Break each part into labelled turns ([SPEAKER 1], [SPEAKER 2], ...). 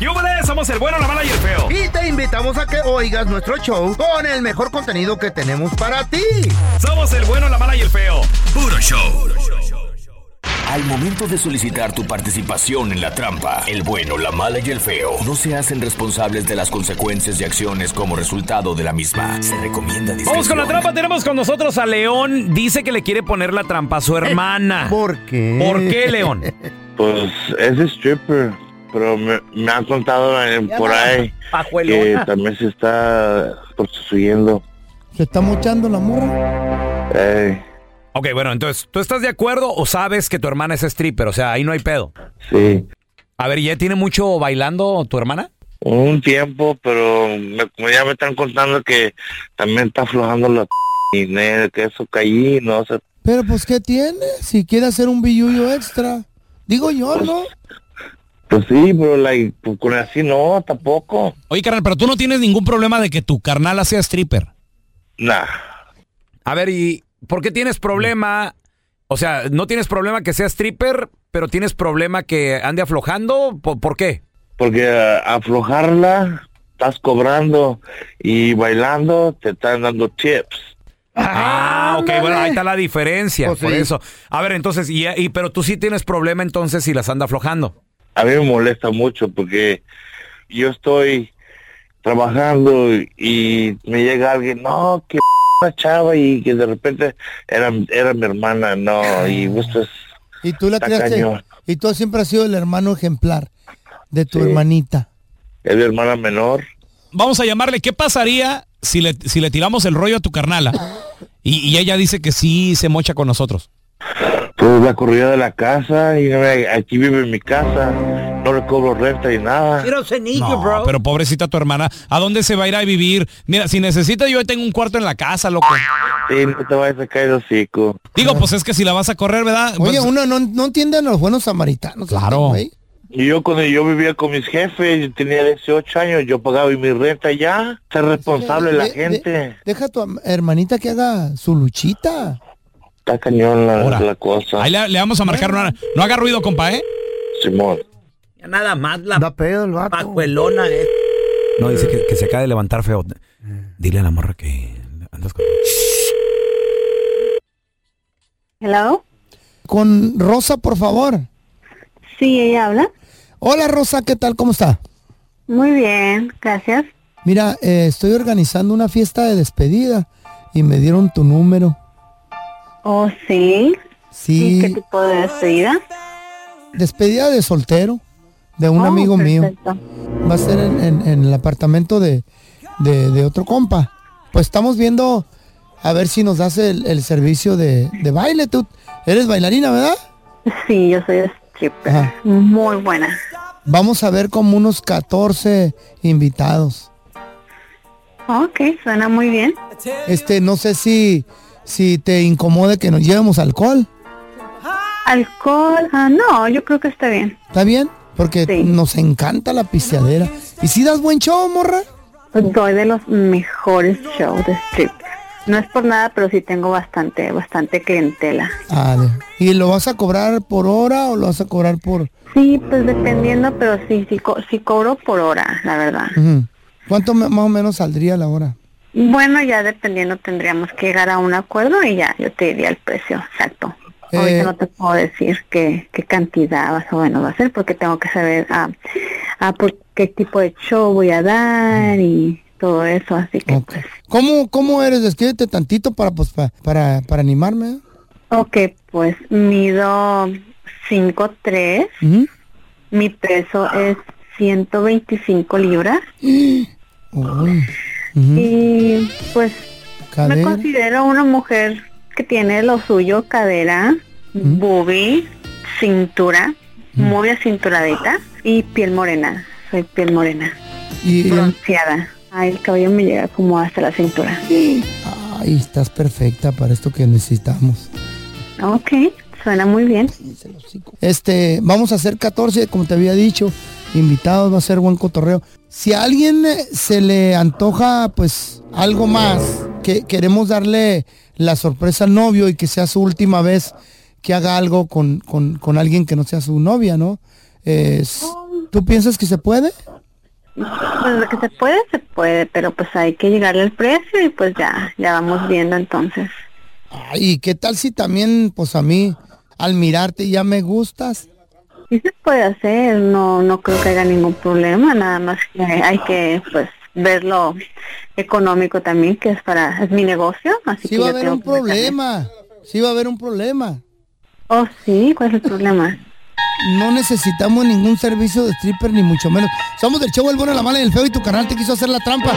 [SPEAKER 1] ¡Yúbales! Somos el bueno, la mala y el feo.
[SPEAKER 2] Y te invitamos a que oigas nuestro show con el mejor contenido que tenemos para ti.
[SPEAKER 1] Somos el bueno, la mala y el feo.
[SPEAKER 3] Puro show. Al momento de solicitar tu participación en la trampa, el bueno, la mala y el feo no se hacen responsables de las consecuencias y acciones como resultado de la misma. Se recomienda discreción.
[SPEAKER 1] Vamos con la trampa, tenemos con nosotros a León. Dice que le quiere poner la trampa a su hermana.
[SPEAKER 2] ¿Por qué?
[SPEAKER 1] ¿Por qué, León?
[SPEAKER 4] Pues es stripper, pero me, me han contado eh, por ahí que
[SPEAKER 1] Pajuelona.
[SPEAKER 4] también se está prostituyendo.
[SPEAKER 5] ¿Se está mochando la morra?
[SPEAKER 4] Ey,
[SPEAKER 1] Ok, bueno, entonces, ¿tú estás de acuerdo o sabes que tu hermana es stripper? O sea, ahí no hay pedo.
[SPEAKER 4] sí,
[SPEAKER 1] A ver, ¿ya tiene mucho bailando tu hermana?
[SPEAKER 4] un tiempo, pero me- como ya me están contando que también está aflojando la p- y ne- que eso caí, no sé.
[SPEAKER 5] Pero pues, ¿qué tiene? Si quiere hacer un billuyo extra. Digo yo, ¿no?
[SPEAKER 4] Pues sí, pero like, pues, con así no, tampoco.
[SPEAKER 6] Oye, carnal, pero tú no tienes ningún problema de que tu carnala sea stripper.
[SPEAKER 4] Nah.
[SPEAKER 1] A ver, ¿y por qué tienes problema? O sea, ¿no tienes problema que sea stripper, pero tienes problema que ande aflojando? ¿Por, por qué?
[SPEAKER 4] Porque eh, aflojarla, estás cobrando y bailando, te están dando tips.
[SPEAKER 1] Ah, ok, bueno, ahí está la diferencia,
[SPEAKER 4] Pues
[SPEAKER 1] por
[SPEAKER 4] sí.
[SPEAKER 1] eso. A ver, entonces, y, y- pero tú sí tienes problema entonces si las anda aflojando.
[SPEAKER 4] A mí me molesta mucho porque yo estoy trabajando y me llega alguien, no, que una chava y que de repente era, era mi hermana, no, y esto es...
[SPEAKER 5] Ah. Y tú la
[SPEAKER 4] Está
[SPEAKER 5] creaste.
[SPEAKER 4] cañón.
[SPEAKER 5] Y tú siempre has sido el hermano ejemplar de tu
[SPEAKER 4] Sí.
[SPEAKER 5] hermanita.
[SPEAKER 4] Es mi hermana menor.
[SPEAKER 6] Vamos a llamarle, ¿qué pasaría si le, si le tiramos el rollo a tu carnala? Y, y ella dice que sí se mocha con nosotros.
[SPEAKER 4] Pues la corrida de la casa y no me- aquí vive en mi casa. No le cobro renta y nada.
[SPEAKER 6] No, pero pobrecita tu hermana, ¿a dónde se va a ir a vivir? Mira, si necesita yo ahí tengo un cuarto en la casa, loco.
[SPEAKER 4] Sí, no te vayas a caer el hocico.
[SPEAKER 6] Digo, pues es que si la vas a correr, ¿verdad?
[SPEAKER 5] Oye,
[SPEAKER 6] Pues-
[SPEAKER 5] uno no, no entiende a los buenos samaritanos. este
[SPEAKER 6] Claro.
[SPEAKER 5] güey.
[SPEAKER 4] Y yo cuando yo vivía con mis jefes, yo tenía 18 años, yo pagaba mi renta ya. Ser responsable la
[SPEAKER 5] De- de-
[SPEAKER 4] gente.
[SPEAKER 5] Deja a tu am- hermanita que haga su luchita.
[SPEAKER 4] Está cañón
[SPEAKER 6] Ahora.
[SPEAKER 4] la, la cosa.
[SPEAKER 6] Ahí le, le vamos a marcar una... No haga ruido, compa, ¿eh?
[SPEAKER 4] Simón.
[SPEAKER 7] Nada más la
[SPEAKER 2] Da pedo el vato.
[SPEAKER 7] pajuelona eh. es.
[SPEAKER 1] No, dice que, que se acaba de levantar feo. Dile a la morra que andas con...
[SPEAKER 8] Hello.
[SPEAKER 5] Con Rosa, por favor.
[SPEAKER 8] Sí, ella habla.
[SPEAKER 5] Hola, Rosa, ¿qué tal? ¿Cómo está?
[SPEAKER 8] Muy bien, gracias.
[SPEAKER 5] Mira, eh, estoy organizando una fiesta de despedida y me dieron tu número.
[SPEAKER 8] Oh, sí. ¿Y qué
[SPEAKER 5] Sí,
[SPEAKER 8] tipo de despedida?
[SPEAKER 5] despedida de soltero de un
[SPEAKER 8] Oh,
[SPEAKER 5] amigo mío.
[SPEAKER 8] perfecto.
[SPEAKER 5] Va a ser en, en- en el apartamento de, de- de otro compa. Pues estamos viendo
[SPEAKER 2] a ver si nos das el, el servicio de, de baile. Tú eres bailarina, ¿verdad?
[SPEAKER 8] Sí, yo soy stripper. Muy buena.
[SPEAKER 2] Vamos a ver como unos 14 invitados.
[SPEAKER 8] Oh, Ok, suena muy bien.
[SPEAKER 2] Este, no sé si, si te incomode que nos llevemos alcohol.
[SPEAKER 8] Alcohol, ah, no, yo creo que está bien.
[SPEAKER 2] ¿Está bien? Porque nos encanta la pisteadera. ¿Y si das buen show, morra?
[SPEAKER 8] Doy de los mejores shows de strip. No es por nada, pero sí tengo bastante, bastante clientela.
[SPEAKER 2] Vale. ¿Y lo vas a cobrar por hora o lo vas a cobrar por...?
[SPEAKER 8] Sí, pues dependiendo, pero sí, sí, co- sí cobro por hora, la verdad.
[SPEAKER 2] Ujú. ¿Cuánto me- más o menos saldría la hora?
[SPEAKER 8] Bueno, ya dependiendo tendríamos que llegar a un acuerdo y ya yo te diría el precio exacto. Ahorita
[SPEAKER 2] Eh,
[SPEAKER 8] no te puedo decir qué, qué cantidad más o menos va a ser porque tengo que saber ah, ah, por qué tipo de show voy a dar y todo eso, así que pues,
[SPEAKER 2] ¿Cómo, cómo eres? Descríbete tantito para, pues, pa- para, para animarme. ¿eh?
[SPEAKER 8] Ok, pues mido 5'3".
[SPEAKER 2] Ujú.
[SPEAKER 8] Mi peso
[SPEAKER 2] Ah.
[SPEAKER 8] es 125 libras.
[SPEAKER 2] Mm. Uy. Ujú.
[SPEAKER 8] Y pues me
[SPEAKER 2] Cadera.
[SPEAKER 8] considero una mujer que tiene lo suyo, cadera,
[SPEAKER 2] Mm.
[SPEAKER 8] boobie, cintura, muy acinturadita y piel morena. Soy piel morena,
[SPEAKER 2] Y, eh,
[SPEAKER 8] bronceada. Ay, el cabello me llega como hasta la cintura.
[SPEAKER 2] ay, estás perfecta para esto que necesitamos.
[SPEAKER 8] Ok, suena muy bien.
[SPEAKER 2] Este, vamos a hacer 14, como te había dicho, invitados, va a ser buen cotorreo. Si a alguien eh, se le antoja, pues, algo más, que queremos darle la sorpresa al novio y que sea su última vez que haga algo con, con- con alguien que no sea su novia, ¿no? Es- ¿Tú piensas que se puede?
[SPEAKER 8] Pues lo que se puede, se puede, pero pues hay que llegarle al precio y pues ya, ya vamos viendo entonces.
[SPEAKER 2] Ay, ¿qué tal si también, pues, a mí, al mirarte ya me gustas?
[SPEAKER 8] Sí se puede hacer, no, no creo que haya ningún problema, nada más que hay que pues ver lo económico también, que es para, es mi negocio,
[SPEAKER 2] Sí
[SPEAKER 8] así que
[SPEAKER 2] va a
[SPEAKER 8] yo
[SPEAKER 2] haber
[SPEAKER 8] tengo
[SPEAKER 2] un
[SPEAKER 8] que sacarle-
[SPEAKER 2] problema, sí va a haber un problema.
[SPEAKER 8] Oh, sí, ¿cuál es el problema?
[SPEAKER 2] No necesitamos ningún servicio de stripper, ni mucho menos. Somos del show El Bueno, la Mala y el Feo y tu canal te quiso hacer la trampa.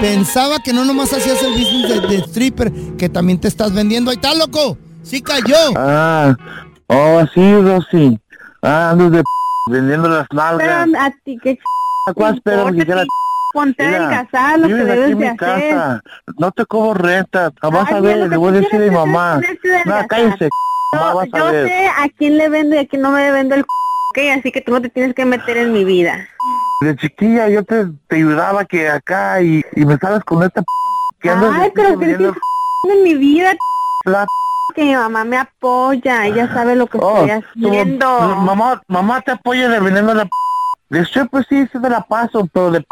[SPEAKER 2] Pensaba que no nomás hacías el business de, de stripper, que también te estás vendiendo. Ahí está, loco. Sí cayó.
[SPEAKER 4] Ah, oh, sí, Rosy. Ah, andas de p- vendiendo las
[SPEAKER 8] Pero
[SPEAKER 4] nalgas.
[SPEAKER 8] a ti qué ch...
[SPEAKER 4] ¿Cuál
[SPEAKER 8] te
[SPEAKER 4] espero?
[SPEAKER 8] importa,
[SPEAKER 4] Dijera,
[SPEAKER 8] ti? Ponte a
[SPEAKER 4] Mira,
[SPEAKER 8] adelgazar lo que
[SPEAKER 4] vives aquí en
[SPEAKER 8] debes de
[SPEAKER 4] mi
[SPEAKER 8] hacer.
[SPEAKER 4] casa. No te cobro renta. Ah, Vas
[SPEAKER 8] Ay,
[SPEAKER 4] a
[SPEAKER 8] mira, lo
[SPEAKER 4] ver,
[SPEAKER 8] que
[SPEAKER 4] le
[SPEAKER 8] tú
[SPEAKER 4] voy a decir a mi
[SPEAKER 8] quieres es
[SPEAKER 4] mamá.
[SPEAKER 8] ponerte de
[SPEAKER 4] No,
[SPEAKER 8] adelgazar.
[SPEAKER 4] cállense. mamá, vas a
[SPEAKER 8] Yo
[SPEAKER 4] ver.
[SPEAKER 8] sé a quién le vendo y a quién no me vendo el c... ok, así que tú no te tienes que meter en mi vida.
[SPEAKER 4] De chiquilla yo te, te ayudaba que acá y, y me sales con esta p- que andas
[SPEAKER 8] Ay,
[SPEAKER 4] de
[SPEAKER 8] pero
[SPEAKER 4] p-
[SPEAKER 8] que
[SPEAKER 4] vendiendo
[SPEAKER 8] tienes en mi vida. que mi mamá me apoya, ella sabe lo que
[SPEAKER 4] Oh, tu
[SPEAKER 8] estoy
[SPEAKER 4] mam- tu
[SPEAKER 8] haciendo.
[SPEAKER 4] mamá, mamá te apoya de vendiendo la p- de strip, pues sí, sí te la paso, pero de p-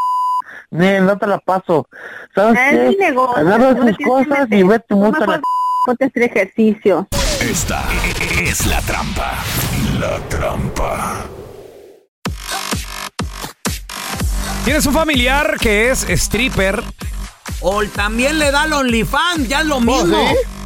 [SPEAKER 4] ni, no te la paso. ¿Sabes
[SPEAKER 8] Es
[SPEAKER 4] qué?
[SPEAKER 8] mi negocio,
[SPEAKER 4] Agarra
[SPEAKER 8] tú no
[SPEAKER 4] tus
[SPEAKER 8] tienes que
[SPEAKER 4] cosas y
[SPEAKER 8] meter.
[SPEAKER 4] vete
[SPEAKER 8] Tú
[SPEAKER 4] mucho a la
[SPEAKER 8] mejor Ponte a hacer ejercicio.
[SPEAKER 3] Esta es la trampa. La trampa.
[SPEAKER 1] Tienes un familiar que es stripper.
[SPEAKER 9] O también le da al OnlyFans, ya es
[SPEAKER 6] Oh,
[SPEAKER 9] lo mismo.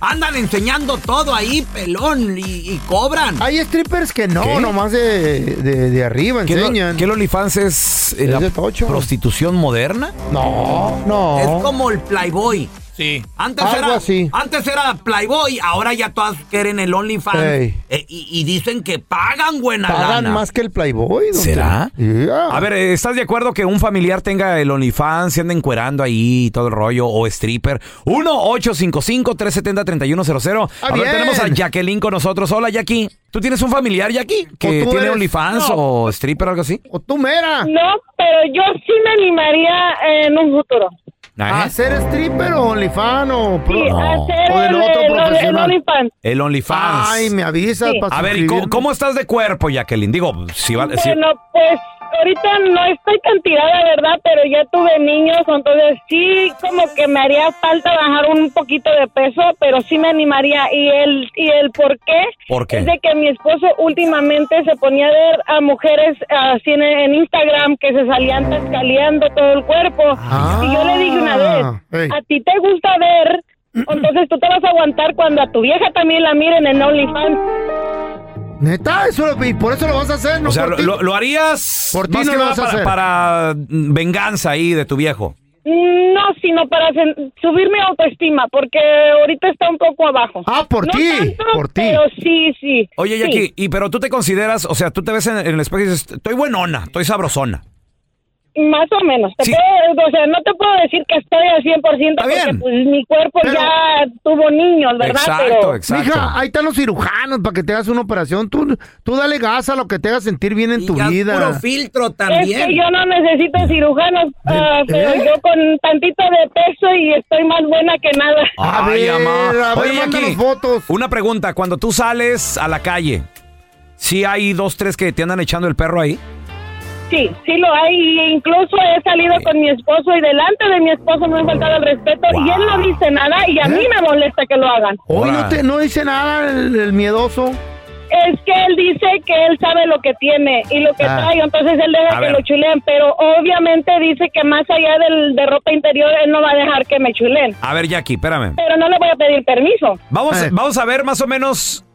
[SPEAKER 9] Andan enseñando todo ahí, pelón, y, y cobran.
[SPEAKER 10] Hay strippers que no,
[SPEAKER 1] ¿Qué?
[SPEAKER 10] nomás de, de- de arriba
[SPEAKER 1] ¿Qué, lo,
[SPEAKER 10] enseñan.
[SPEAKER 1] ¿Qué el OnlyFans es eh, la prostitución moderna?
[SPEAKER 10] No, no.
[SPEAKER 9] Es como el Playboy. Sí. Antes
[SPEAKER 10] Algo
[SPEAKER 9] era,
[SPEAKER 10] así.
[SPEAKER 9] Antes era Playboy, ahora ya todas quieren el OnlyFans.
[SPEAKER 10] Ey.
[SPEAKER 9] Eh, y, y dicen que pagan buena
[SPEAKER 10] Pagan
[SPEAKER 9] lana.
[SPEAKER 10] más que el Playboy. don
[SPEAKER 1] ¿Será?
[SPEAKER 10] Tela. Yeah.
[SPEAKER 1] A ver, eh, ¿estás de acuerdo que un familiar tenga el OnlyFans, se anda encuerando ahí y todo el rollo, o stripper? 1-855-370-3100.
[SPEAKER 10] Ah,
[SPEAKER 1] A ver,
[SPEAKER 10] bien.
[SPEAKER 1] tenemos a Jacqueline con nosotros. Hola, Jackie. ¿Tú tienes un familiar, Jackie, que
[SPEAKER 10] ¿O tú
[SPEAKER 1] tiene
[SPEAKER 10] eres?
[SPEAKER 1] OnlyFans o stripper o algo así?
[SPEAKER 10] O tú mera.
[SPEAKER 11] No, pero yo sí me animaría eh, en un futuro.
[SPEAKER 1] ¿Eh?
[SPEAKER 10] ¿A ser stripper o OnlyFans o, pro-
[SPEAKER 11] Sí, a hacer
[SPEAKER 10] o del
[SPEAKER 11] el-
[SPEAKER 10] otro
[SPEAKER 11] el- el
[SPEAKER 10] profesional?
[SPEAKER 11] OnlyFans.
[SPEAKER 1] El OnlyFans.
[SPEAKER 10] Ay, me avisas Sí. para
[SPEAKER 1] A ver, ¿y cómo,
[SPEAKER 10] suscribirme.
[SPEAKER 1] cómo estás de cuerpo, Jacqueline? Digo, si va... si-
[SPEAKER 11] Bueno, pues ahorita no estoy cantidad, la verdad, pero ya tuve niños, entonces sí como que me haría falta bajar un poquito de peso, pero sí me animaría. Y el, y el por qué,
[SPEAKER 1] ¿Por qué?
[SPEAKER 11] es de que mi esposo últimamente se ponía a ver a mujeres ah, así en, en Instagram que se salían tascaleando todo el cuerpo.
[SPEAKER 1] Ah.
[SPEAKER 11] Y yo le dije una vez,
[SPEAKER 10] Ey.
[SPEAKER 11] a ti te gusta ver, entonces tú te vas a aguantar cuando a tu vieja también la miren en OnlyFans.
[SPEAKER 10] Neta, eso lo- y por eso lo vas a hacer, ¿no?
[SPEAKER 1] o sea,
[SPEAKER 10] por
[SPEAKER 1] lo,
[SPEAKER 10] ti.
[SPEAKER 1] lo- lo harías
[SPEAKER 10] Por ti
[SPEAKER 1] más
[SPEAKER 10] no
[SPEAKER 1] que
[SPEAKER 10] lo
[SPEAKER 1] nada
[SPEAKER 10] vas a
[SPEAKER 1] para,
[SPEAKER 10] hacer.
[SPEAKER 1] para, mm, venganza ahí de tu viejo.
[SPEAKER 11] No, sino para sen- subir mi autoestima, porque ahorita está un poco abajo.
[SPEAKER 2] Ah, por
[SPEAKER 1] ti,
[SPEAKER 11] por ti. Pero sí, sí.
[SPEAKER 1] Oye,
[SPEAKER 11] sí.
[SPEAKER 1] Jackie, y pero tú te consideras, o sea, tú te ves en, en el espejo y dices, estoy buenona, estoy sabrosona.
[SPEAKER 11] Más o menos. Te puedo- o sea, no te puedo decir que estoy al 100% porque pues, mi cuerpo ya tuvo niños, ¿verdad? Pero-
[SPEAKER 2] Mija, ahí están los cirujanos para que te hagas una operación. Tú, tú dale gas a lo que te haga sentir bien en tu vida.
[SPEAKER 7] filtro
[SPEAKER 11] Es que yo no necesito cirujanos, ah, pero yo con tantito de peso y estoy más buena que nada.
[SPEAKER 1] Ay, amá.
[SPEAKER 2] a ver,
[SPEAKER 1] Oye,
[SPEAKER 2] mándanos
[SPEAKER 1] Jackie, una pregunta. Cuando tú sales a la calle, ¿sí hay dos, tres que te andan echando el perro ahí?
[SPEAKER 11] Sí, sí lo hay. y incluso he salido con mi esposo y delante de mi esposo me han faltado el respeto y él no dice nada y a mí me molesta que lo hagan.
[SPEAKER 2] ¿Eh? Hoy no, te, no dice nada el, el miedoso.
[SPEAKER 11] Es que él dice que él sabe lo que tiene y lo que
[SPEAKER 2] Ah.
[SPEAKER 11] trae, entonces él
[SPEAKER 2] A
[SPEAKER 11] deja que
[SPEAKER 2] ver.
[SPEAKER 11] lo chuleen, pero obviamente dice que más allá del, de ropa interior él no va a dejar que me chuleen.
[SPEAKER 1] A ver, Jackie, espérame.
[SPEAKER 11] Pero no le voy a pedir permiso.
[SPEAKER 1] Vamos,
[SPEAKER 2] Eh.
[SPEAKER 1] vamos a ver más o menos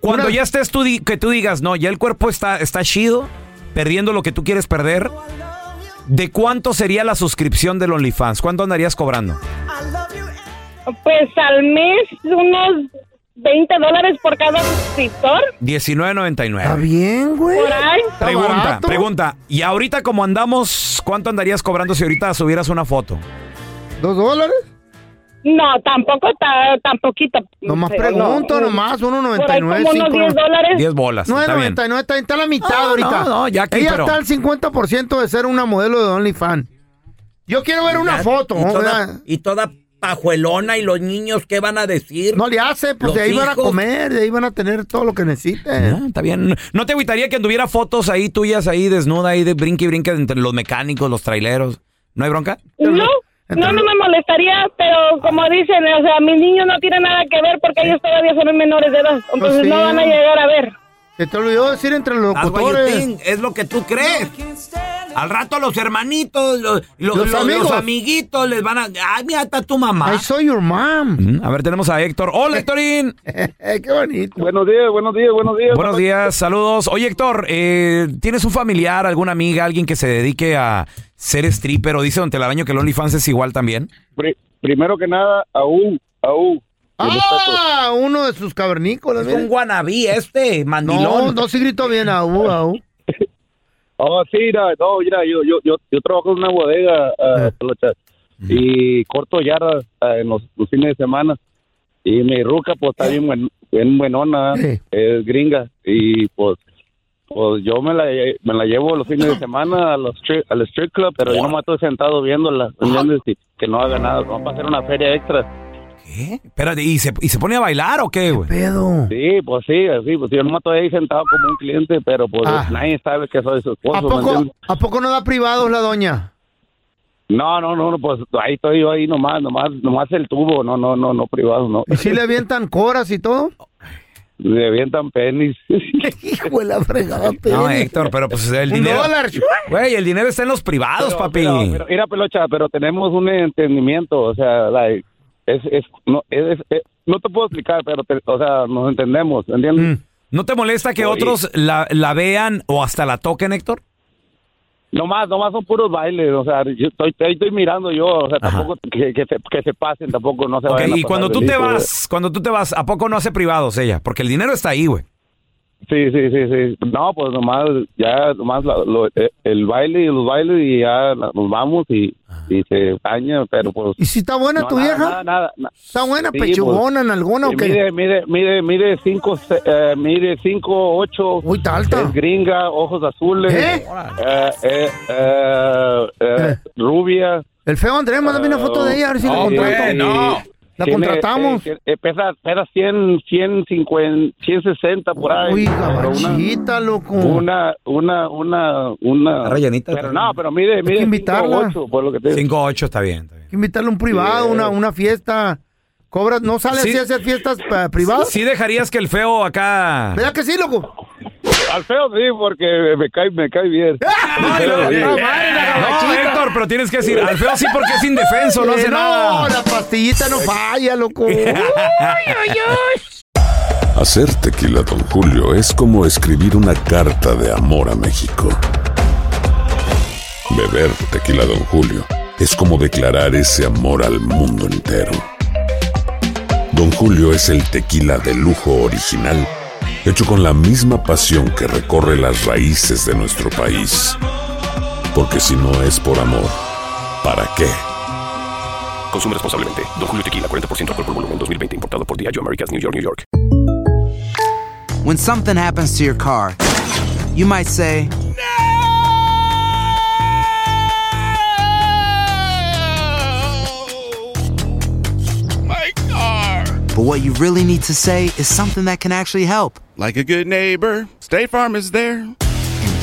[SPEAKER 1] cuando ya estés tú, di- que tú digas, no, ya el cuerpo está, está chido, perdiendo lo que tú quieres perder. ¿De cuánto sería la suscripción del OnlyFans? ¿Cuánto andarías cobrando?
[SPEAKER 11] Pues al mes unos 20 dólares por cada suscriptor.
[SPEAKER 1] $19.99. Está
[SPEAKER 2] bien, güey.
[SPEAKER 11] Por ahí.
[SPEAKER 1] Pregunta, pregunta. Y ahorita como andamos, ¿cuánto andarías cobrando si ahorita subieras una foto?
[SPEAKER 2] ¿Dos dólares?
[SPEAKER 11] No, tampoco, ta- tan poquito.
[SPEAKER 2] Nomás
[SPEAKER 11] Pero
[SPEAKER 2] pregunto,
[SPEAKER 11] no,
[SPEAKER 2] nomás,
[SPEAKER 11] Por
[SPEAKER 2] 1.99.
[SPEAKER 11] ahí como unos 10 dólares.
[SPEAKER 1] 10 bolas,
[SPEAKER 2] No,
[SPEAKER 1] está bien.
[SPEAKER 2] 99, está, está a la mitad
[SPEAKER 1] No,
[SPEAKER 2] ahorita.
[SPEAKER 1] no, no, Jackie,
[SPEAKER 2] Ella
[SPEAKER 1] pero-
[SPEAKER 2] está al 50% de ser una modelo de OnlyFans. Yo quiero ver una
[SPEAKER 7] Ya,
[SPEAKER 2] foto.
[SPEAKER 7] Y
[SPEAKER 2] ¿no?
[SPEAKER 7] toda, y toda pajuelona y los niños, ¿qué van a decir?
[SPEAKER 2] No le hace, pues de ahí van a comer, de ahí van a tener todo lo que necesiten.
[SPEAKER 1] Ah, está bien. ¿No te agüitaría que anduviera fotos ahí tuyas, ahí desnuda, ahí de brinque y brinque entre los mecánicos, los traileros? ¿No hay bronca?
[SPEAKER 11] No, no, no me molestaría, pero como dicen, o sea, mis niños no tienen nada que ver porque ellos todavía son menores de edad. Entonces
[SPEAKER 2] sí.
[SPEAKER 11] no van a llegar a ver.
[SPEAKER 2] Se te olvidó decir entre los
[SPEAKER 7] That's what you
[SPEAKER 2] locutores.
[SPEAKER 7] think, es lo que tú crees. Al rato los hermanitos, los, los-
[SPEAKER 2] Los
[SPEAKER 7] los-
[SPEAKER 2] amigos.
[SPEAKER 7] los amiguitos les van a... Ay, mira, está tu mamá.
[SPEAKER 2] I saw your mom.
[SPEAKER 1] A ver, tenemos a Héctor. ¡Hola, Héctorín!
[SPEAKER 2] Eh, ¡Qué bonito!
[SPEAKER 12] Buenos días, buenos días, buenos días.
[SPEAKER 1] Buenos días, saludos. Oye, Héctor, eh, ¿tienes un familiar, alguna amiga, alguien que se dedique a ser stripper o dice Don Telaraño que el OnlyFans es igual también?
[SPEAKER 12] Pri- primero que nada, aún, aún.
[SPEAKER 2] Ah, uno de sus cavernícolas.
[SPEAKER 12] Es un
[SPEAKER 1] guanabí este,
[SPEAKER 2] No,
[SPEAKER 12] mandilón.
[SPEAKER 2] no se gritó bien, au, au.
[SPEAKER 12] Oh, sí, mira, no, mira, yo, yo, yo, yo trabajo en una bodega ah, Polocha, y corto yardas ah, en los, los fines de semana. Y mi ruca, pues, está bien, buen, bien buenona, es gringa. Y, pues, pues yo me la, lle- me la llevo los fines de semana a los stri- al strip club, pero yo nomás estoy sentado viéndola, ¿entiendes? Y que no haga nada, vamos a hacer una feria extra.
[SPEAKER 1] Espérate, ¿y se, y se pone a bailar o qué, güey?
[SPEAKER 2] Mm.
[SPEAKER 12] Sí, pues sí, sí, pues yo nomás estoy ahí sentado como un cliente, pero pues nadie sabe que soy su esposo.
[SPEAKER 2] Ah. ¿A
[SPEAKER 12] ¿me
[SPEAKER 2] poco,
[SPEAKER 12] entiendes?
[SPEAKER 2] ¿A poco no da privados la doña?
[SPEAKER 12] No, no, no, no, pues ahí estoy yo ahí nomás, nomás, nomás el tubo, no, no, no, no privado, no.
[SPEAKER 2] ¿Y si le avientan coras y todo?
[SPEAKER 12] Le avientan penis.
[SPEAKER 2] Hijo de la fregada,
[SPEAKER 1] No,
[SPEAKER 2] eh,
[SPEAKER 1] Héctor, pero pues el
[SPEAKER 12] Un
[SPEAKER 1] dinero.
[SPEAKER 12] dólar.
[SPEAKER 1] Güey, el dinero está en los privados,
[SPEAKER 12] Pero-
[SPEAKER 1] papi.
[SPEAKER 12] Pero, pero, mira, Pelocha, pero tenemos un entendimiento, o sea, like, es, es, no, es, es- no te puedo explicar, pero, te- o sea, nos entendemos, ¿entiendes?
[SPEAKER 2] Mm.
[SPEAKER 1] ¿No te molesta que
[SPEAKER 12] Oye.
[SPEAKER 1] otros la, la vean o hasta la toquen, Héctor?
[SPEAKER 12] Nomás, nomás son puros bailes, o sea, yo estoy, ahí estoy mirando yo, o sea, tampoco que, que se, que se pasen, tampoco no se
[SPEAKER 1] Ok,
[SPEAKER 12] vayan a
[SPEAKER 1] y
[SPEAKER 12] pasar
[SPEAKER 1] cuando
[SPEAKER 12] de
[SPEAKER 1] tú te
[SPEAKER 12] listo,
[SPEAKER 1] vas, cuando tú te vas, ¿a poco no hace privados ella? Porque el dinero está ahí, güey.
[SPEAKER 12] Sí, sí, sí, sí. No, pues nomás, ya, nomás la- lo- eh, el baile y los bailes y ya la- nos vamos y, y se daña, pero pues...
[SPEAKER 2] ¿Y si está buena
[SPEAKER 12] No,
[SPEAKER 2] tu
[SPEAKER 12] nada,
[SPEAKER 2] vieja?
[SPEAKER 12] nada, nada, nada.
[SPEAKER 2] ¿Está buena,
[SPEAKER 12] Sí,
[SPEAKER 2] pechugona,
[SPEAKER 12] pues,
[SPEAKER 2] nalgona o
[SPEAKER 12] eh,
[SPEAKER 2] qué?
[SPEAKER 12] Mire, mide, mide, mide cinco, se- eh, mide cinco, ocho. Uy,
[SPEAKER 2] alta.
[SPEAKER 12] Es gringa, ojos azules.
[SPEAKER 2] ¿Eh?
[SPEAKER 12] eh, eh, eh, eh, Rubia. Eh,
[SPEAKER 2] El feo Andrés, mándame una foto de ella, a ver si la contrato. La
[SPEAKER 12] Tiene,
[SPEAKER 2] contratamos.
[SPEAKER 12] eh, que- eh, pesa, pesa 100, 150, 160 por ahí.
[SPEAKER 2] Uy,
[SPEAKER 12] Pero una-
[SPEAKER 2] cabachita, loco.
[SPEAKER 12] Una, una, una, una.
[SPEAKER 1] rellanita,
[SPEAKER 12] Pero
[SPEAKER 1] está
[SPEAKER 12] no, pero mire, mire.
[SPEAKER 2] invitarla.
[SPEAKER 12] 5'8", por lo que te digo.
[SPEAKER 1] 5-8 está bien.
[SPEAKER 2] Hay que invitarle a un privado, una, una fiesta. Cobras, ¿no sale
[SPEAKER 1] Sí.
[SPEAKER 2] así a hacer fiestas eh, privadas?
[SPEAKER 1] ¿Sí dejarías que el feo acá...
[SPEAKER 2] ¿Verdad que sí, loco?
[SPEAKER 12] Al feo sí, porque me cae, me cae bien.
[SPEAKER 1] Ay,
[SPEAKER 12] Pero
[SPEAKER 1] no,
[SPEAKER 12] sí.
[SPEAKER 1] no, no, Héctor, pero tienes que decir, al feo sí porque es indefenso, no
[SPEAKER 2] Eh,
[SPEAKER 1] hace
[SPEAKER 2] No,
[SPEAKER 1] nada.
[SPEAKER 2] la pastillita no falla, loco. Uy, uy, uy.
[SPEAKER 13] Hacer tequila, Don Julio, es como escribir una carta de amor a México. Beber tequila, Don Julio, es como declarar ese amor al mundo entero. Don Julio es el tequila de lujo original, hecho con la misma pasión que recorre las raíces de nuestro país. Porque si no es por amor, ¿para qué?
[SPEAKER 14] Consume responsablemente. Don Julio Tequila, 40% alcohol por volumen, 2020. Importado por Diageo Americas, New York, New York.
[SPEAKER 15] When something happens to your car, you might say,
[SPEAKER 16] My car.
[SPEAKER 15] but what you really need to say is something that can actually help.
[SPEAKER 16] Like a good neighbor, State Farm is there.
[SPEAKER 15] And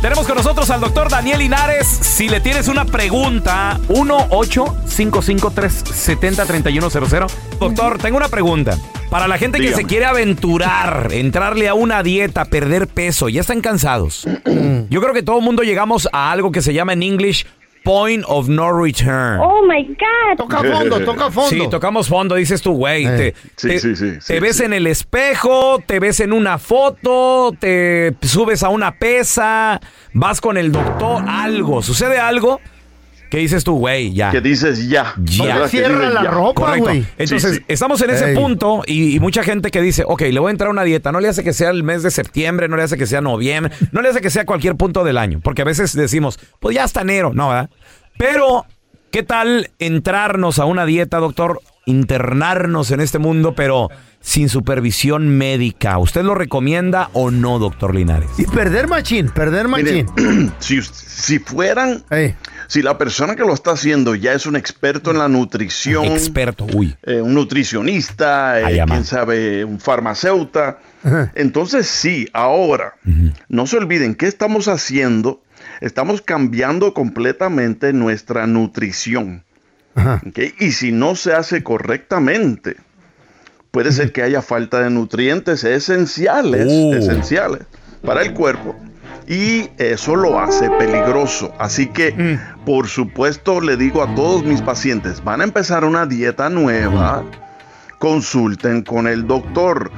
[SPEAKER 1] Tenemos con nosotros al doctor Daniel Linares. Si le tienes una pregunta, 1-855-370-3100. Doctor, tengo una pregunta. Para la gente que
[SPEAKER 6] Dígame.
[SPEAKER 1] se quiere aventurar, entrarle a una dieta, perder peso, ya están cansados. Yo creo que todo el mundo llegamos a algo que se llama en English point of no return.
[SPEAKER 11] Oh my God.
[SPEAKER 2] Toca fondo, toca fondo.
[SPEAKER 1] Ah. Sí, tocamos fondo, dices tú, güey. te
[SPEAKER 2] Sí,
[SPEAKER 1] te-
[SPEAKER 2] sí, sí,
[SPEAKER 1] te
[SPEAKER 2] sí,
[SPEAKER 1] ves en el espejo, te ves en una foto, te subes a una pesa, vas con el doctor, algo, sucede algo que dices tú, güey, ya.
[SPEAKER 17] Que dices ya.
[SPEAKER 1] Ya.
[SPEAKER 17] ¿Verdad? Que Cierra dices la ya. ropa,
[SPEAKER 1] Correcto.
[SPEAKER 17] güey.
[SPEAKER 1] Entonces,
[SPEAKER 17] Sí, sí.
[SPEAKER 1] estamos en ese
[SPEAKER 17] Ey.
[SPEAKER 1] punto y, y mucha gente que dice, ok, le voy a entrar a una dieta. No le hace que sea el mes de septiembre, no le hace que sea noviembre, no le hace que sea cualquier punto del año. Porque a veces decimos, pues ya hasta enero, no, ¿verdad? Pero, ¿qué tal entrarnos a una dieta, doctor? Internarnos en este mundo, pero sin supervisión médica. ¿Usted lo recomienda o no, doctor Linares?
[SPEAKER 2] Y perder machín, perder
[SPEAKER 17] Mire,
[SPEAKER 2] machín.
[SPEAKER 17] si, us- si fueran, si la persona que lo está haciendo ya es un experto en la nutrición,
[SPEAKER 1] Experto, uy.
[SPEAKER 17] eh, un nutricionista, eh, quién sabe, un farmacéuta, entonces sí, ahora, no se olviden, ¿qué estamos haciendo? Estamos cambiando completamente nuestra nutrición. ¿ok? Y si no se hace correctamente, puede ser que haya falta de nutrientes esenciales, esenciales para el cuerpo. Y eso lo hace peligroso. Así que,
[SPEAKER 2] Mm.
[SPEAKER 17] por supuesto, le digo a todos mis pacientes, van a empezar una dieta nueva, consulten con el doctor.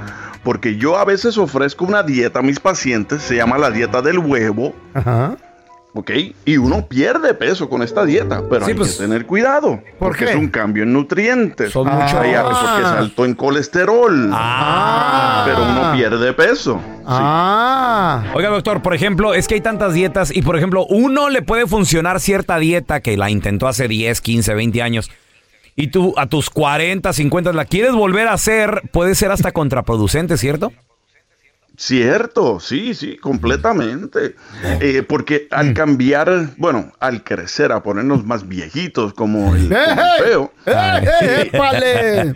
[SPEAKER 17] Porque yo a veces ofrezco una dieta a mis pacientes, se llama la dieta del huevo,
[SPEAKER 2] Ajá.
[SPEAKER 17] ¿ok? Y uno pierde peso con esta dieta, pero
[SPEAKER 2] Sí,
[SPEAKER 17] hay
[SPEAKER 2] pues.
[SPEAKER 17] que tener cuidado. porque
[SPEAKER 2] qué?
[SPEAKER 17] es un cambio en nutrientes.
[SPEAKER 2] Son
[SPEAKER 17] Hay
[SPEAKER 2] mucho-
[SPEAKER 17] algo porque es alto en colesterol. Pero uno pierde peso.
[SPEAKER 2] Ah.
[SPEAKER 1] Oiga, doctor, por ejemplo, es que hay tantas dietas y, por ejemplo, uno le puede funcionar cierta dieta que la intentó hace 10, 15, 20 años y tú a tus 40, 50 la quieres volver a hacer, puede ser hasta contraproducente, ¿cierto?
[SPEAKER 17] Cierto, sí, sí, completamente. Eh, porque
[SPEAKER 2] Mm.
[SPEAKER 17] al cambiar, bueno, al crecer, a ponernos más viejitos como el, como el
[SPEAKER 2] ¡Ey!
[SPEAKER 17] feo,
[SPEAKER 2] ¡Ey, ey, épale!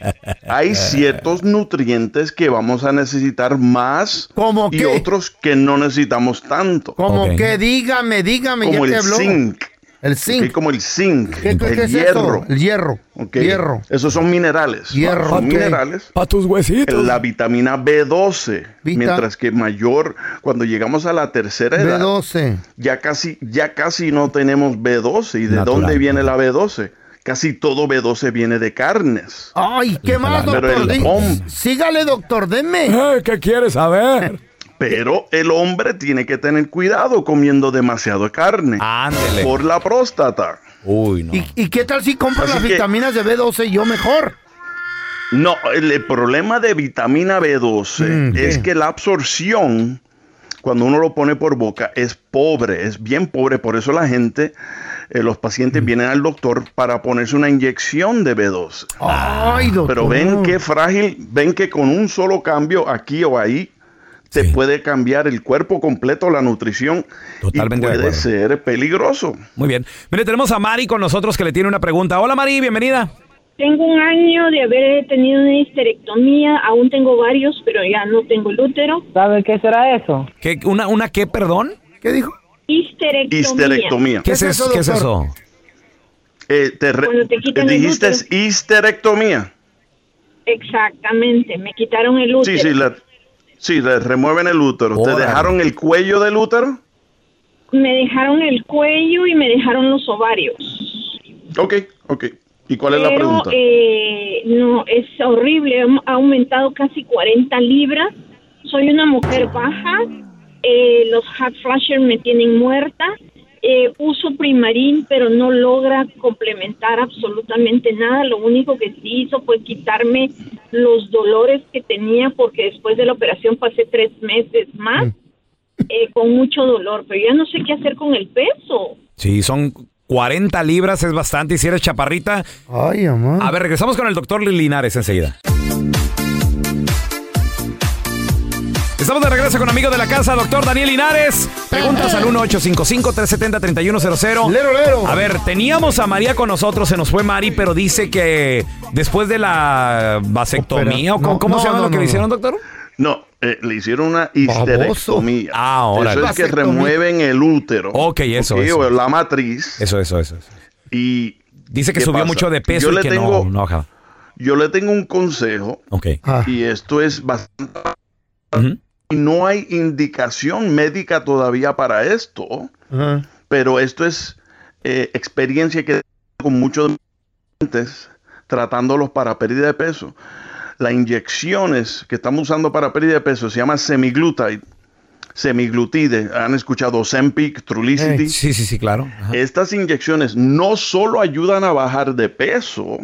[SPEAKER 17] hay ciertos nutrientes que vamos a necesitar más y otros que no necesitamos tanto.
[SPEAKER 2] Como que dígame, dígame,
[SPEAKER 17] como
[SPEAKER 2] ya
[SPEAKER 17] el
[SPEAKER 2] te habló.
[SPEAKER 17] zinc.
[SPEAKER 2] El zinc.
[SPEAKER 17] Como el zinc.
[SPEAKER 2] ¿Qué- qué-
[SPEAKER 17] el
[SPEAKER 2] qué es
[SPEAKER 17] hierro.
[SPEAKER 2] eso? El hierro.
[SPEAKER 17] Ok.
[SPEAKER 2] Hierro.
[SPEAKER 17] Esos son minerales.
[SPEAKER 2] Hierro.
[SPEAKER 17] Son
[SPEAKER 2] Ok.
[SPEAKER 17] minerales. Para tus huesitos. La vitamina B12.
[SPEAKER 2] Vita-
[SPEAKER 17] Mientras que mayor, cuando llegamos a la tercera edad,
[SPEAKER 2] B12.
[SPEAKER 17] ya casi, ya casi no tenemos B12. ¿Y de
[SPEAKER 2] Natural.
[SPEAKER 17] dónde viene la B12? Casi todo B12 viene de carnes.
[SPEAKER 2] Ay, ¿qué más,
[SPEAKER 17] Pero
[SPEAKER 2] doctor?
[SPEAKER 17] el
[SPEAKER 2] Di-
[SPEAKER 17] hom-
[SPEAKER 2] Sígale, doctor, deme.
[SPEAKER 17] ¿Qué quieres saber? Pero el hombre tiene que tener cuidado comiendo demasiado carne. Por la próstata.
[SPEAKER 1] Uy, no.
[SPEAKER 2] ¿Y, y qué tal si compro las vitaminas de B12 yo mejor?
[SPEAKER 17] No, el, el problema de vitamina
[SPEAKER 2] Mm,
[SPEAKER 17] B12 es que la absorción, cuando uno lo pone por boca, es pobre, es bien pobre. Por eso la gente eh, los
[SPEAKER 2] Mm.
[SPEAKER 17] pacientes vienen al doctor para ponerse una inyección de B12.
[SPEAKER 2] Ay, doctor.
[SPEAKER 17] Pero ven qué frágil, ven que con un solo cambio aquí o ahí te puede cambiar el cuerpo completo, la nutrición
[SPEAKER 1] Totalmente
[SPEAKER 17] y
[SPEAKER 1] de
[SPEAKER 17] puede
[SPEAKER 1] acuerdo.
[SPEAKER 17] ser peligroso.
[SPEAKER 1] Muy bien. Mire, tenemos a Mari con nosotros que le tiene una pregunta. Hola Mari, bienvenida.
[SPEAKER 18] Tengo un año de haber tenido una histerectomía, aún tengo varios, pero ya no tengo el útero.
[SPEAKER 19] ¿Sabe qué será eso?
[SPEAKER 1] ¿Qué, una, ¿Una qué, perdón?
[SPEAKER 2] ¿Qué dijo?
[SPEAKER 18] Histerectomía.
[SPEAKER 17] Histerectomía.
[SPEAKER 1] ¿Qué es eso? ¿Qué es eso?
[SPEAKER 17] Eh, te re-
[SPEAKER 18] Cuando te quitan el
[SPEAKER 17] dijiste
[SPEAKER 18] útero.
[SPEAKER 17] histerectomía.
[SPEAKER 18] Exactamente, me quitaron el útero.
[SPEAKER 17] Sí, sí, la, sí, le remueven el útero. ¿Te
[SPEAKER 1] Órale.
[SPEAKER 17] dejaron el cuello del útero?
[SPEAKER 18] Me dejaron el cuello y me dejaron los ovarios.
[SPEAKER 17] Ok, ok. ¿Y cuál es la
[SPEAKER 18] Pero
[SPEAKER 17] pregunta?
[SPEAKER 18] eh, no, es horrible, ha- ha aumentado casi 40 libras. Soy una mujer baja, eh, los hot flasher me tienen muerta. eh, uso primarín, pero no logra complementar absolutamente nada. Lo único que sí hizo fue quitarme los dolores que tenía, porque después de la operación pasé tres meses más
[SPEAKER 17] Mm.
[SPEAKER 18] eh, con mucho dolor. Pero ya no sé qué hacer con el peso.
[SPEAKER 1] Sí, son 40 libras, es bastante. Y si eres chaparrita.
[SPEAKER 2] Ay, amor.
[SPEAKER 1] A ver, regresamos con el doctor Linares enseguida. Estamos de regreso con amigo de la casa, doctor Daniel Linares. Preguntas al 1855-370-3100.
[SPEAKER 2] Lero, lero.
[SPEAKER 1] A ver, teníamos a María con nosotros, se nos fue Mari, pero dice que después de la vasectomía, o
[SPEAKER 17] No,
[SPEAKER 1] ¿cómo, cómo
[SPEAKER 17] no,
[SPEAKER 1] se llama
[SPEAKER 17] no,
[SPEAKER 1] lo que
[SPEAKER 17] no,
[SPEAKER 1] le hicieron,
[SPEAKER 17] no.
[SPEAKER 1] doctor?
[SPEAKER 17] No, eh, le hicieron una histerectomía.
[SPEAKER 1] Ah, órale.
[SPEAKER 17] Eso es que
[SPEAKER 1] Vasectomía.
[SPEAKER 17] remueven el útero.
[SPEAKER 1] Ok, eso,
[SPEAKER 17] ok,
[SPEAKER 1] eso.
[SPEAKER 17] o la matriz.
[SPEAKER 1] Eso, eso, eso. eso.
[SPEAKER 17] Y
[SPEAKER 1] Dice que
[SPEAKER 17] ¿qué
[SPEAKER 1] subió
[SPEAKER 17] pasa?
[SPEAKER 1] mucho de peso
[SPEAKER 17] Yo
[SPEAKER 1] y
[SPEAKER 17] le
[SPEAKER 1] que
[SPEAKER 17] tengo-
[SPEAKER 1] no, no bajaba.
[SPEAKER 17] Yo le tengo un consejo.
[SPEAKER 1] Ok.
[SPEAKER 17] Y esto es bastante... Y no hay indicación médica todavía para esto. pero esto es eh, experiencia que con muchos pacientes tratándolos para pérdida de peso. Las inyecciones que estamos usando para pérdida de peso se llama semiglutide, semiglutide. ¿Han escuchado Zempic, Trulicity?
[SPEAKER 1] Eh, sí, sí, sí, claro.
[SPEAKER 17] Estas inyecciones no solo ayudan a bajar de peso,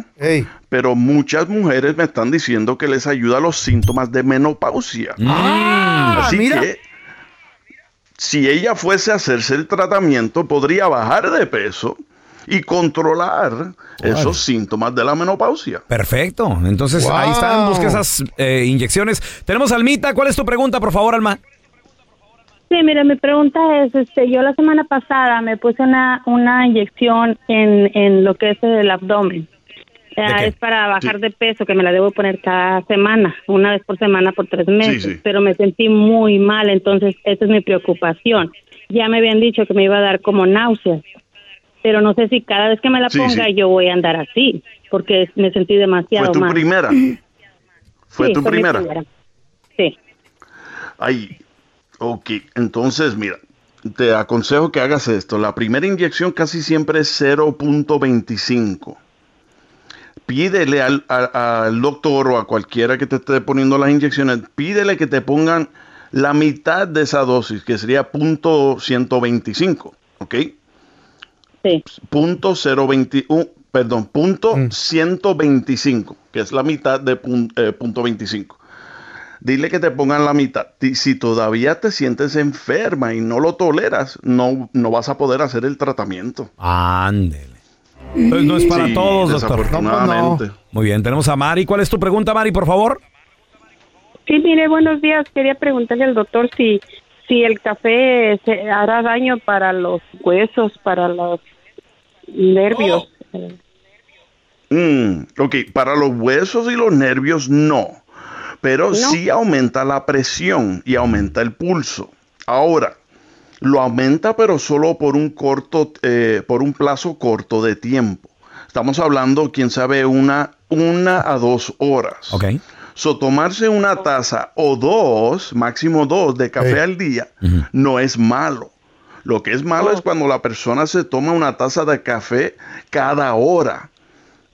[SPEAKER 17] pero muchas mujeres me están diciendo que les ayuda a los síntomas de menopausia.
[SPEAKER 1] Mm. Ah,
[SPEAKER 17] Así
[SPEAKER 2] mira.
[SPEAKER 17] que si ella fuese a hacerse el tratamiento, podría bajar de peso y controlar esos síntomas de la menopausia.
[SPEAKER 1] Perfecto. Entonces
[SPEAKER 17] Wow.
[SPEAKER 1] ahí están, busca esas eh, inyecciones. Tenemos a Almita. ¿Cuál es tu pregunta, por favor, Alma?
[SPEAKER 20] Sí, mira, mi pregunta es, este, yo la semana pasada me puse una, una inyección en, en lo que es el abdomen. Ah, qué? es para bajar de peso, que me la debo poner cada semana, una vez por semana por tres meses, sí. pero me sentí muy mal, entonces esa es mi preocupación. Ya me habían dicho que me iba a dar como náuseas, pero no sé si cada vez que me la
[SPEAKER 17] Sí,
[SPEAKER 20] ponga
[SPEAKER 17] sí.
[SPEAKER 20] yo voy a andar así, porque me sentí demasiado
[SPEAKER 17] ¿Fue tu
[SPEAKER 20] mal.
[SPEAKER 17] primera? ¿Fue
[SPEAKER 20] Sí,
[SPEAKER 17] tu
[SPEAKER 20] fue mi
[SPEAKER 17] primera?
[SPEAKER 20] Sí.
[SPEAKER 17] Ay, ok. Entonces, mira, te aconsejo que hagas esto. La primera inyección casi siempre es 0.25. Pídele al, a- al doctor o a cualquiera que te esté poniendo las inyecciones, pídele que te pongan la mitad de esa dosis, que sería punto 125, ¿ok?
[SPEAKER 20] Sí.
[SPEAKER 17] Punto 0.21, perdón, punto 125, que es la mitad de pun- eh, punto 25. Dile que te pongan la mitad. Ti- Si todavía te sientes enferma y no lo toleras, no, no vas a poder hacer el tratamiento.
[SPEAKER 1] Ándele. Entonces no es para
[SPEAKER 17] Sí,
[SPEAKER 1] todos, doctor.
[SPEAKER 17] desafortunadamente.
[SPEAKER 1] Muy bien, tenemos a Mari. ¿Cuál es tu pregunta, Mari, por favor?
[SPEAKER 20] Sí, mire, buenos días. Quería preguntarle al doctor si, si el café se hará daño para los huesos, para los nervios.
[SPEAKER 17] Mm, ok, para los huesos y los nervios no, pero
[SPEAKER 21] No.
[SPEAKER 17] sí aumenta la presión y aumenta el pulso. Ahora, lo aumenta pero solo por un corto, eh, por un plazo corto de tiempo. Estamos hablando, quién sabe, una, una a dos horas.
[SPEAKER 1] Ok.
[SPEAKER 17] So, tomarse una taza o dos, máximo dos, de café al día no es malo. Lo que es malo
[SPEAKER 2] Oh.
[SPEAKER 17] es cuando la persona se toma una taza de café cada hora,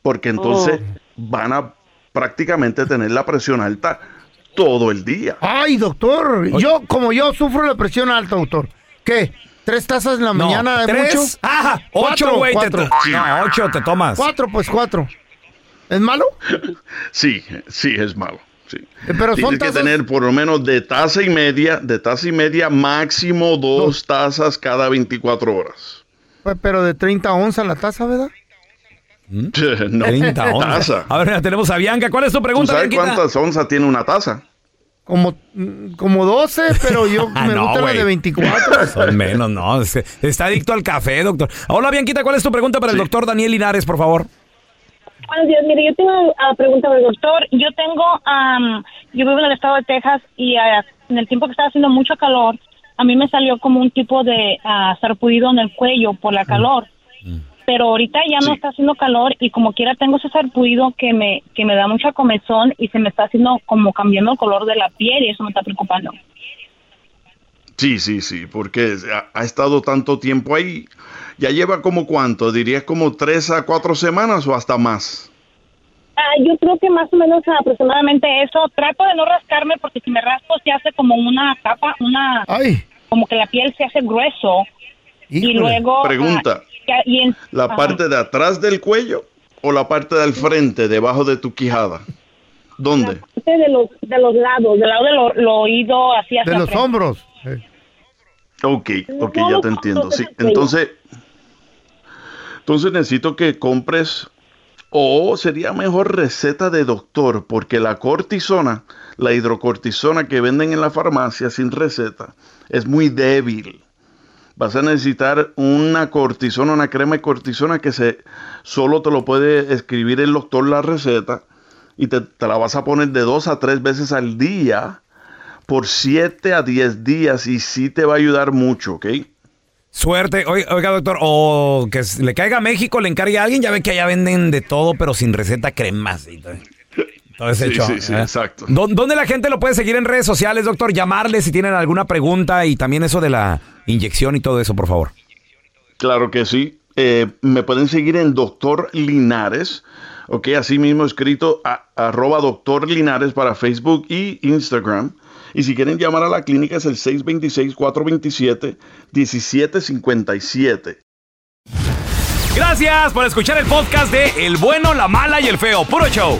[SPEAKER 17] porque entonces
[SPEAKER 2] Oh.
[SPEAKER 17] van a prácticamente tener la presión alta todo el día.
[SPEAKER 1] Ah,
[SPEAKER 2] Ay, doctor, yo como yo sufro la presión alta, doctor. ¿Qué? ¿Tres tazas en la
[SPEAKER 1] No,
[SPEAKER 2] mañana de
[SPEAKER 1] ¿tres?
[SPEAKER 2] mucho?
[SPEAKER 1] Ajá, ocho,
[SPEAKER 2] Cuatro,
[SPEAKER 1] güey, te
[SPEAKER 2] cuatro.
[SPEAKER 1] to- no, ocho te tomas.
[SPEAKER 2] Cuatro, pues cuatro. ¿Es malo?
[SPEAKER 17] Sí, sí, es malo. sí.
[SPEAKER 2] Eh, pero son
[SPEAKER 17] Tienes que
[SPEAKER 2] tazas-
[SPEAKER 17] tener por lo menos de taza y media, de taza y media, máximo dos tazas cada 24 horas.
[SPEAKER 22] Pues, pero de 30 onzas la taza, ¿verdad?
[SPEAKER 17] No.
[SPEAKER 22] 30 onzas.
[SPEAKER 17] Taza.
[SPEAKER 1] ¿Mm? A ver, tenemos a Bianca. ¿Cuál es tu pregunta,
[SPEAKER 17] ¿Tú ¿Sabes
[SPEAKER 1] Bianquita?
[SPEAKER 17] cuántas onzas tiene una taza?
[SPEAKER 22] Como, mm, como 12, pero yo me
[SPEAKER 1] Ah, no,
[SPEAKER 22] gusta la
[SPEAKER 1] güey.
[SPEAKER 22] de 24.
[SPEAKER 1] Son menos, no. Se- Está adicto al café, doctor. Hola, Bianquita, ¿cuál es tu pregunta para el doctor Daniel Linares, por favor?
[SPEAKER 23] Buenos días, mire, yo tengo una pregunta para el doctor. Yo tengo, am, yo vivo en el estado de Texas y ah, en el tiempo que estaba haciendo mucho calor, a mí me salió como un tipo de ah, sarpullido en el cuello por la calor. Pero ahorita ya no está haciendo calor y como quiera tengo ese sarpullido que me, que me da mucha comezón y se me está haciendo como cambiando el color de la piel y eso me está preocupando.
[SPEAKER 17] Sí, sí, sí, porque ha, ha estado tanto tiempo ahí. Ya lleva como cuánto, dirías como tres a cuatro semanas o hasta más.
[SPEAKER 23] Ah, yo creo que más o menos aproximadamente eso. Trato de no rascarme porque si me rasco se hace como una capa, una... Como que la piel se hace grueso. y luego...
[SPEAKER 17] Pregunta,
[SPEAKER 23] ah, y en-
[SPEAKER 17] ¿la
[SPEAKER 23] ajá.
[SPEAKER 17] parte de atrás del cuello o la parte del frente, debajo de tu quijada? ¿Dónde?
[SPEAKER 23] Parte De los, de los lados, del lado del o- lo oído, así hacia la frente.
[SPEAKER 17] Ok, ok,
[SPEAKER 23] No,
[SPEAKER 17] ya
[SPEAKER 23] no,
[SPEAKER 17] te
[SPEAKER 23] no,
[SPEAKER 17] entiendo.
[SPEAKER 23] no,
[SPEAKER 17] Sí,
[SPEAKER 23] no, no, no.
[SPEAKER 17] entonces, entonces necesito que compres o sería mejor receta de doctor, porque la cortisona, la hidrocortisona que venden en la farmacia sin receta, es muy débil. Vas a necesitar una cortisona, una crema de cortisona que se solo te lo puede escribir el doctor la receta y te, te la vas a poner de dos a tres veces al día por 7 a 10 días y sí te va a ayudar mucho, ¿ok?
[SPEAKER 1] Suerte. Oi- Oiga, doctor, o que s- le caiga a México, le encargue a alguien. Ya ve que allá venden de todo, pero sin receta cremas. y todo. Todo ese
[SPEAKER 17] Sí,
[SPEAKER 1] show,
[SPEAKER 17] sí, sí,
[SPEAKER 1] ¿eh?
[SPEAKER 17] exacto.
[SPEAKER 1] ¿Dó- ¿Dónde la gente lo puede seguir en redes sociales, doctor? Llamarle si tienen alguna pregunta y también eso de la inyección y todo eso, por favor.
[SPEAKER 17] Claro que sí. Eh, me pueden seguir en Doctor Linares, ¿ok? Así mismo escrito a- arroba Doctor Linares para Facebook y Instagram. Y si quieren llamar a la clínica es el 626-427-1757.
[SPEAKER 1] Gracias por escuchar el podcast de El bueno, la mala y el feo. Puro show.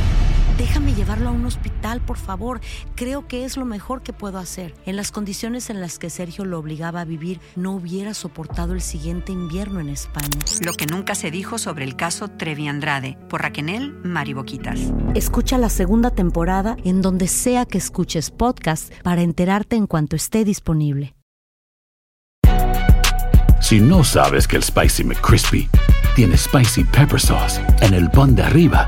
[SPEAKER 10] Déjame llevarlo a un hospital, por favor. Creo que es lo mejor que puedo hacer. En las condiciones en las que Sergio lo obligaba a vivir, no hubiera soportado el siguiente invierno en España.
[SPEAKER 24] Lo que nunca se dijo sobre el caso Trevi Andrade por Raquel Mariboquitas.
[SPEAKER 10] Escucha la segunda temporada en donde sea que escuches podcast para enterarte en cuanto esté disponible.
[SPEAKER 3] Si no sabes que el Spicy McCrispy tiene Spicy Pepper Sauce en el pan de arriba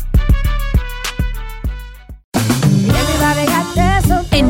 [SPEAKER 19] En